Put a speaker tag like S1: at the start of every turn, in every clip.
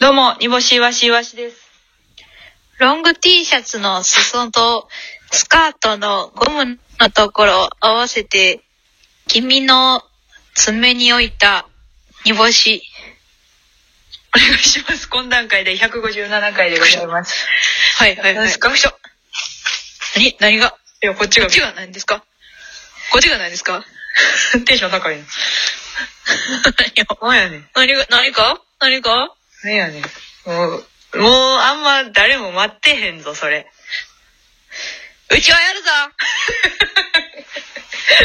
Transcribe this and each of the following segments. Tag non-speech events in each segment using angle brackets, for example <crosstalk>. S1: どうも、煮干しいわしいわしです。
S2: ロング T シャツの裾とスカートのゴムのところを合わせて、君の爪に置いた煮干し。
S1: お願いします。今段階で157回でございます。
S2: はいはい
S1: 何
S2: は
S1: で
S2: い
S1: す。かい
S2: 何何が
S1: や、こっちが
S2: こっちが何ですかこっちが何ですか
S1: テンション高いの。
S2: 何を
S1: 何やねん。
S2: 何が、何か何か
S1: 何やねん。もう、もうあんま誰も待ってへんぞ、それ。
S2: うちはやる <laughs> ぞ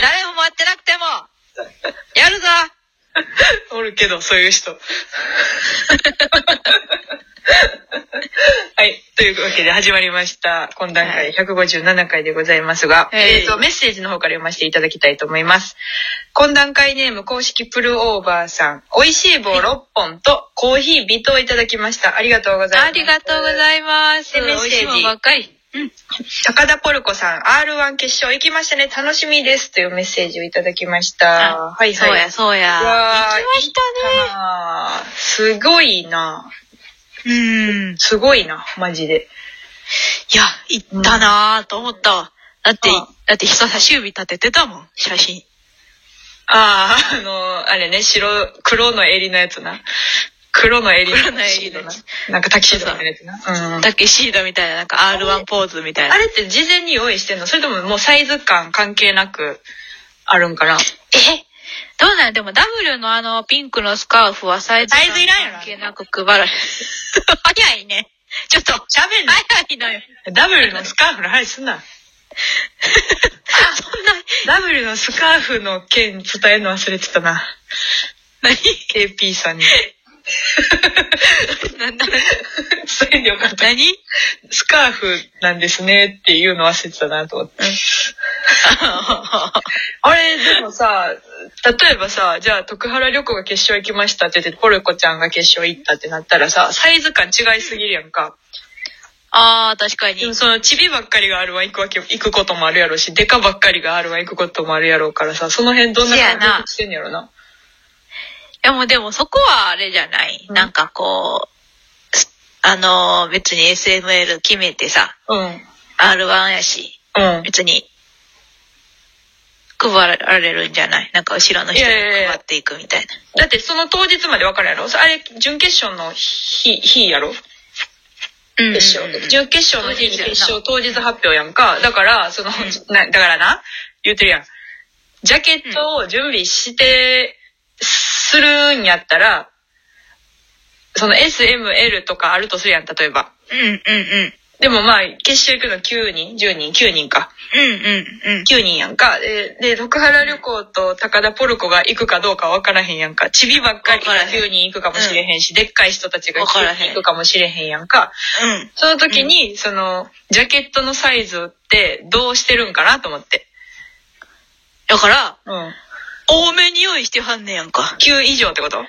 S2: 誰も待ってなくてもやるぞ
S1: おるけど、そういう人。はい。というわけで始まりました。今段階157回でございますが、
S2: はい
S1: えっ、と、メッセージの方から読ませていただきたいと思います。今段階ネーム公式プルオーバーさん、美味しい棒6本とコーヒー微糖いただきました。ありがとうございます。
S2: ありがとうご
S1: す。
S2: ざいます。
S1: でメッセージ
S2: 美味しいもんばっかり。うん。
S1: 高田ポルコさん、R1 決勝行きましたね。楽しみです。というメッセージをいただきました。はいはい。
S2: そうや、そうや。
S1: うわー
S2: 行きましたね。
S1: あーすごいな。
S2: うん。
S1: すごいな、マジで。
S2: いや、行ったなーと思ったわ。だって
S1: うん、
S2: だって人差し指立ててたもん、写真。
S1: ああ、あのー、あれね、白、黒の襟のやつな。黒の襟
S2: 黒の襟のやつ
S1: なんかタキシードみたいなやつな。うん。
S2: タキシードみたいな、なんか R1 ポーズみたいな。
S1: あれって事前に用意してんのそれとももうサイズ感関係なくあるんかな
S2: えどうなんやでも W のあのピンクのスカーフはサイズ
S1: サイズいらんよな
S2: 関係なく配られ。早いね。ちょっと、
S1: 喋んな
S2: 早いのよ。
S1: ダブルのスカーフの話すんな。
S2: そんな、
S1: ダブルのスカーフの件伝えるの忘れてたな。
S2: 何
S1: KP さんに。
S2: なな
S1: 伝えんでよかった。
S2: 何
S1: スカーフなんですねっていうの忘れてたなと思って。あれ、でもさ、例えばさ、じゃあ、徳原旅行が決勝行きましたって言って、ポルコちゃんが決勝行ったってなったらさ、サイズ感違いすぎるやんか。
S2: あー、確かに
S1: でも。その、チビばっかりがあるわ行くわけ、行くこともあるやろうし、デカばっかりがあるわ行くこともあるやろうからさ、その辺どんな
S2: せやな
S1: 感じしてんやろな。
S2: いやもうでもそこはあれじゃない、
S1: うん
S2: なんかこう、すあのー別に SML 決めてさ、
S1: うん。うん。
S2: R1 やし、別に配られるんじゃないなんか後ろの人に
S1: いやいやいや
S2: 配っていくみたいな。
S1: だって、その当日までわかるやろそあれ、準決勝の日、日やろ
S2: うん
S1: 決勝、
S2: うん
S1: 準決勝の日に決勝当日発表やんか。だから、その、
S2: う
S1: <laughs> な、だからな、言ってるやん。ジャケットを準備して、するんやったら、その SML とかあるとするやん、例えば。
S2: うんうん
S1: でもまあ、決勝行くの9人 ?10 人 ?9 人か。
S2: うんうんうん
S1: 9人やんか。で、で、徳原旅行と高田ポルコが行くかどうかわからへんやんか。ちびばっかりが
S2: わからへん
S1: 9人行くかもしれへんし、でっかい人たちが
S2: わか
S1: 9
S2: らへん
S1: 人行くかもしれへんやんか。
S2: うん。
S1: その時に、その、ジャケットのサイズってどうしてるんかなと思って。
S2: だから、
S1: うん。
S2: 多めに用意してはんねやんか。
S1: 9以上ってこと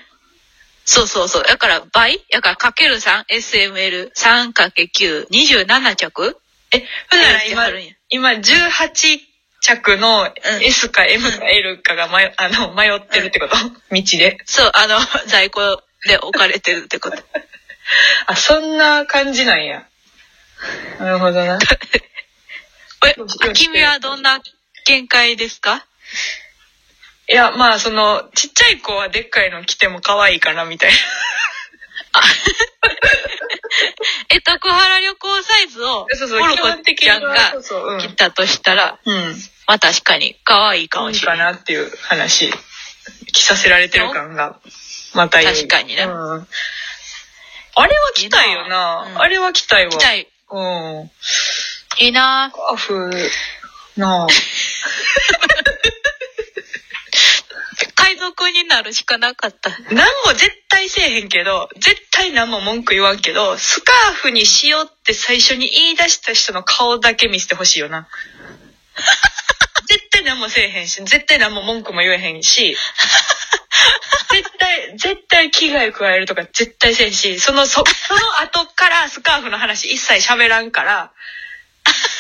S2: そうそうそう。だから倍だからかける 3SML、3×9、27着
S1: え、ほんなら
S2: 用意しては
S1: 今
S2: るんや、
S1: 今18着の S か M か L かが迷、 <laughs> あの、迷ってるってこと道で。
S2: そう、あの、 <laughs> 在庫で置かれてるってこと。
S1: あ、そんな感じなんや。なるほど <laughs> な。
S2: え
S1: どうして、
S2: 君はどんな見解ですか
S1: いや、まあ、その、ちっちゃい子はでっかいの着ても可愛いかな、みたいな。
S2: え、徳原旅行サイズを、
S1: <laughs> そうそう、
S2: ポル
S1: 基
S2: コ
S1: 本的
S2: ち
S1: に
S2: ゃん
S1: は
S2: が
S1: そうそう、うん。
S2: 切ったとしたら、
S1: うん。
S2: まあ確かに可愛いか
S1: か
S2: も
S1: い
S2: し
S1: か
S2: れない。
S1: なっていう話。着させられてる感が、またいい。
S2: 確かにね
S1: うんあれは着たいよな。
S2: いいなうん
S1: あれは着たいわ。
S2: 着たい。
S1: うん。
S2: いいなぁ
S1: アフ、なあ。
S2: 海賊になるしかなかった。
S1: 何も絶対せえへんけど、絶対何も文句言わんけど、スカーフにしようって最初に言い出した人の顔だけ見せてほしいよな。 <laughs> 絶対何もせえへんし、絶対何も文句も言えへんし、絶対、絶対危害加えるとか絶対せんし、その、そ、その後からスカーフの話一切喋らんから、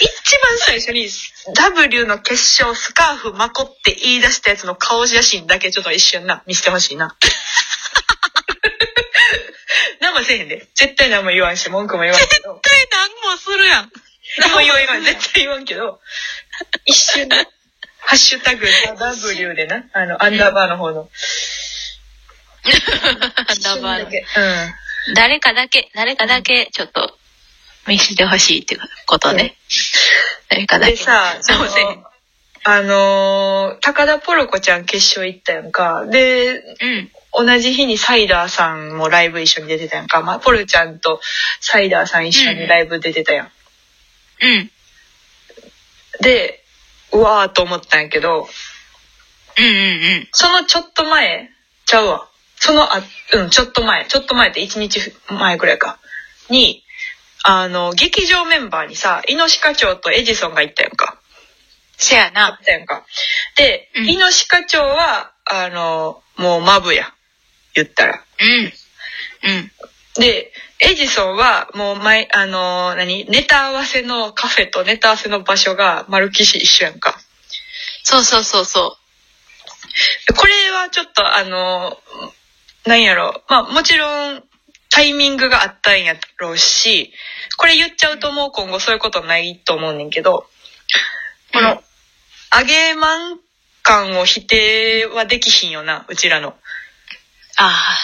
S1: 一番最初に W の決勝スカーフまこって言い出したやつの顔写真だけちょっと一瞬な、見せてほしいな。何もせえへんで。絶対何も言わんし、文句も言わんけ
S2: <laughs>
S1: ど。
S2: 対何もする
S1: <laughs>
S2: やん。
S1: 何も言わん言わん、絶対言わんけど。一瞬、ハッシュタグ、W でな、あの、アンダーバーの方の。一
S2: ダバ
S1: 瞬だ
S2: ー
S1: け
S2: の。
S1: うん。
S2: 誰かだけ、誰かだけ、ちょっと、見せてほしいってことね。誰かだけ。
S1: でさ、その
S2: そうせん。
S1: あのー高田ポロコちゃん決勝行ったやんか。で、
S2: うん。
S1: 同じ日にサイダーさんもライブ一緒に出てたやんか。まあ、ポルちゃんとサイダーさん一緒にライブ出てたやん。
S2: うん。
S1: で、うわーと思ったんやけど、
S2: うんうん
S1: そのちょっと前、ちゃうわ。そのあ、うん、ちょっと前、ちょっと前って1日前くらいか。に、あの、劇場メンバーにさ、イノシカ長とエジソンが行ったやんか。
S2: せや
S1: あ
S2: な
S1: っ。たやんか。で、
S2: うん
S1: イノシカ長は、あの、もうマブや。言ったら。
S2: うん。うん。
S1: で、エジソンは、もう前、あの、何ネタ合わせのカフェとネタ合わせの場所が、丸木市一緒やんか。
S2: そうそうそうそ
S1: これはちょっとあの、なんやろ、まあもちろんタイミングがあったんやろうし、これ言っちゃうともう今後そういうことないと思うねんけど、
S2: う。
S1: この、揚げマン感を否定はできひんよな、うちらの。
S2: ああ。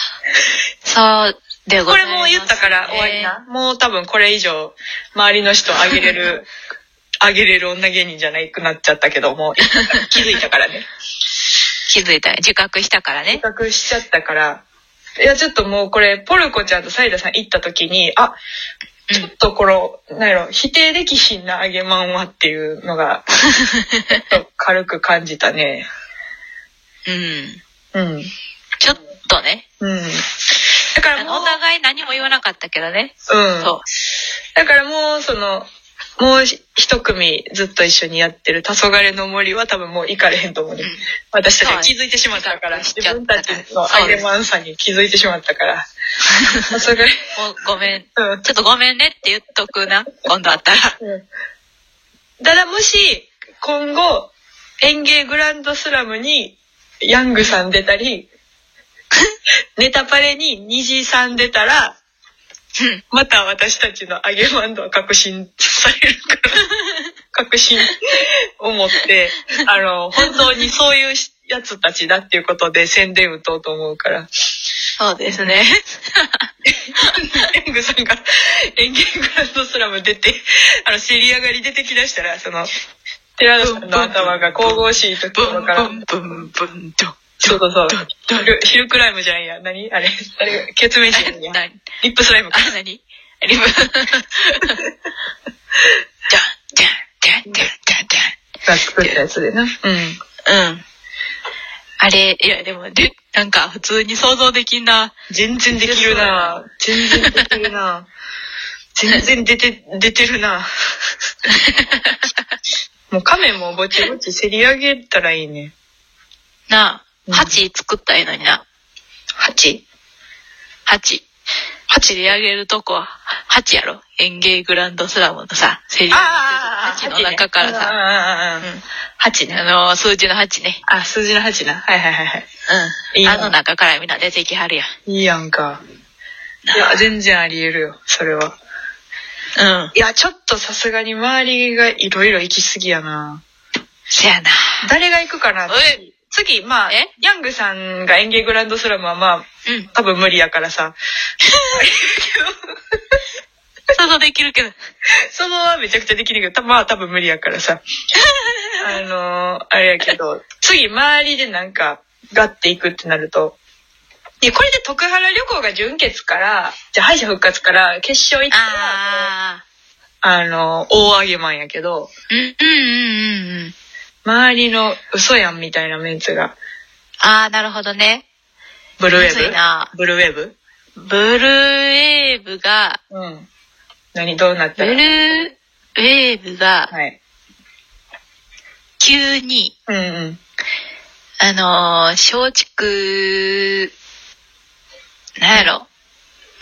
S2: そうでご
S1: こ
S2: ざ
S1: れ
S2: います、
S1: もう言ったから終わりな。もう多分これ以上、周りの人あげれ <laughs> る、あげれる女芸人じゃないくなっちゃったけども、気づいたからね。
S2: 気づいたよ。自覚したからね。
S1: 覚しちゃったから、いや、ちょっともうこれ、ポルコちゃんとサイダさん行った時に、あ、ちょっとこの、なんやろ、否定できひんな、あげまんはっていうのが、ちょっと軽く感じたね。
S2: うん。
S1: うん。
S2: ちょっとね。
S1: うん。だか
S2: あ
S1: らも
S2: の
S1: う
S2: お、互い何も言わなかったけどね。
S1: うん。
S2: そう。
S1: だからもう、その、もう一組ずっと一緒にやってる黄昏の森は多分もう行かれへんと思うね。
S2: うん
S1: 私たちは気づいてしまったから、
S2: そう
S1: 自分たちのあげまんさに気づいてしまった
S2: <laughs>
S1: から。黄昏、
S2: もうごめん。
S1: うん。
S2: ちょっとごめんねって言っとくな。今度あったら。
S1: ただもし今後園芸グランドスラムにヤングさん出たりネタパレにニジさん出たら
S2: うん
S1: また私たちの揚げバンドは確信されるから確信を持ってあの本当にそういうやつたちだっていうことで宣伝打とうと思うから。
S2: そうですね。
S1: ヤングさんが演芸グランドスラム出て、あの、尻上がり出てきだしたら、その、寺田さんの頭が神々しいとこ
S2: <laughs> ブン
S1: ろから、
S2: ブンブンブンと。
S1: そうそうそう、ヒルヒルクライムじゃんや。何あれ誰が、ケツメイシンや。
S2: <laughs> 何
S1: リップスライムか。
S2: あ、何 <laughs> リブ。じゃんじゃんじゃんじゃんじゃんじ
S1: 作ったやつでな。うん。
S2: ゃん。うん。あれ、いやでも、で、なんか普通に想像できんな。
S1: 全然できるな全然できるな全然出て、出てる
S2: <laughs>
S1: なもう亀もぼちぼち競り上げたらいいね。
S2: な
S1: う
S2: あ、
S1: ん
S2: 鉢作ったらいいのにな。
S1: 8?
S2: 鉢。鉢であげるとこは、鉢やろ。園芸グランドスラムのさ、セリアの鉢の中からさ、
S1: さ
S2: 鉢ね、あのー、数字の鉢ね。
S1: あ、数字の8な。はいはいはいはい。
S2: う
S1: いい
S2: ん。
S1: な
S2: あの中からみんな出てきはるやん。
S1: いいやんか。い
S2: な
S1: や、全然あり得るよ、それは。
S2: あうん。
S1: いや、ちょっとさすがに周りがいろいろ行き過ぎやな。
S2: せやな。
S1: 誰が行くかな
S2: え
S1: 次、まあ
S2: え、
S1: ヤングさんが演芸グランドスラムはまあ、
S2: うん。
S1: 多分無理やからさ。
S2: 想像できるけど。
S1: そのはめちゃくちゃできるけど、たまあ多分無理やから <laughs> さ。あのー、あれやけど、次周りでなんか、ガッていくってなると、で、これで徳原旅行が準決から、じゃあ敗者復活から決勝行ったら、
S2: ああ。
S1: あのー、大揚げマンやけど、
S2: うんうんうんうん。
S1: 周りの嘘やんみたいなメンツが、
S2: ああ、なるほどね。
S1: ブルーウェ
S2: むずい
S1: ー
S2: な。
S1: ブブルーウェーブ
S2: ブルーウェーブが、
S1: うん。何どうなっ
S2: ブ
S1: た
S2: ル
S1: ら
S2: ーウェーブが、
S1: はい。
S2: 急に、
S1: うんうん。
S2: あのー、松竹、なんやろ。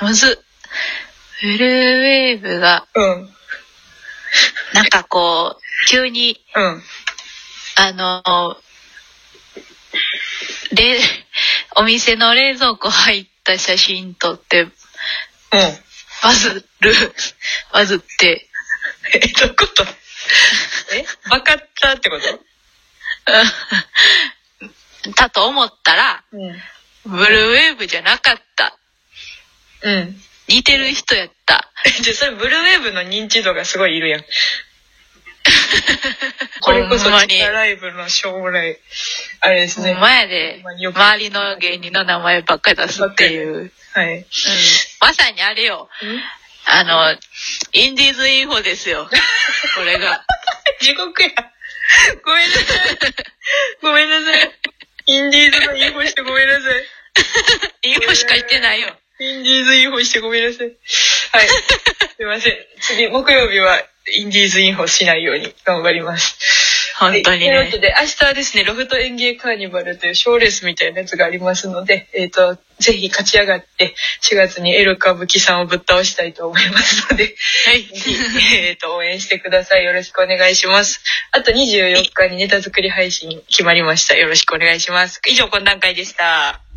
S2: むずっ。ブルーウェーブが、
S1: うん。 <laughs>
S2: なんかこう、急に、
S1: うん。
S2: あのー、れ、お店の冷蔵庫入った写真撮って、
S1: うん。え、
S2: バズる。 <laughs> バズって。 <laughs>
S1: どういうことえバカったってこと
S2: うんだと思ったら、
S1: うん。うん。
S2: ブルーウェーブじゃなかった。
S1: え、
S2: 似てる人やった。
S1: じゃあそれブルーウェーブの認知度がすごいいる
S2: <laughs>
S1: やん。これこそ
S2: ほんまに
S1: 地下ライブの将来、あれですね。
S2: 前で
S1: ほんま、によく
S2: 周りの芸人の名前ばっかり出すっていう。うん
S1: はい。
S2: まさにあれよ。あの、インディーズインフォですよ。これ <laughs> が。
S1: 地獄や。ごめんなさい。ごめんなさい。インディーズのインフォしてごめんなさい。
S2: インフォしか言ってないよ。
S1: インディーズインフォしてごめんなさい。はい。すいません。次、木曜日はインディーズインフォしないように頑張ります。
S2: 本当にね
S1: はいというわけで、明日はですね、ロフト園芸カーニバルという賞レースみたいなやつがありますので、えっ、と、ぜひ勝ち上がって、4月にエルカブキさんをぶっ倒したいと思いますので、
S2: <laughs> はい。
S1: ぜひ、えっ、と、応援してください。よろしくお願いします。あと24日にネタ作り配信決まりました。よろしくお願いします。以上、懇談会でした。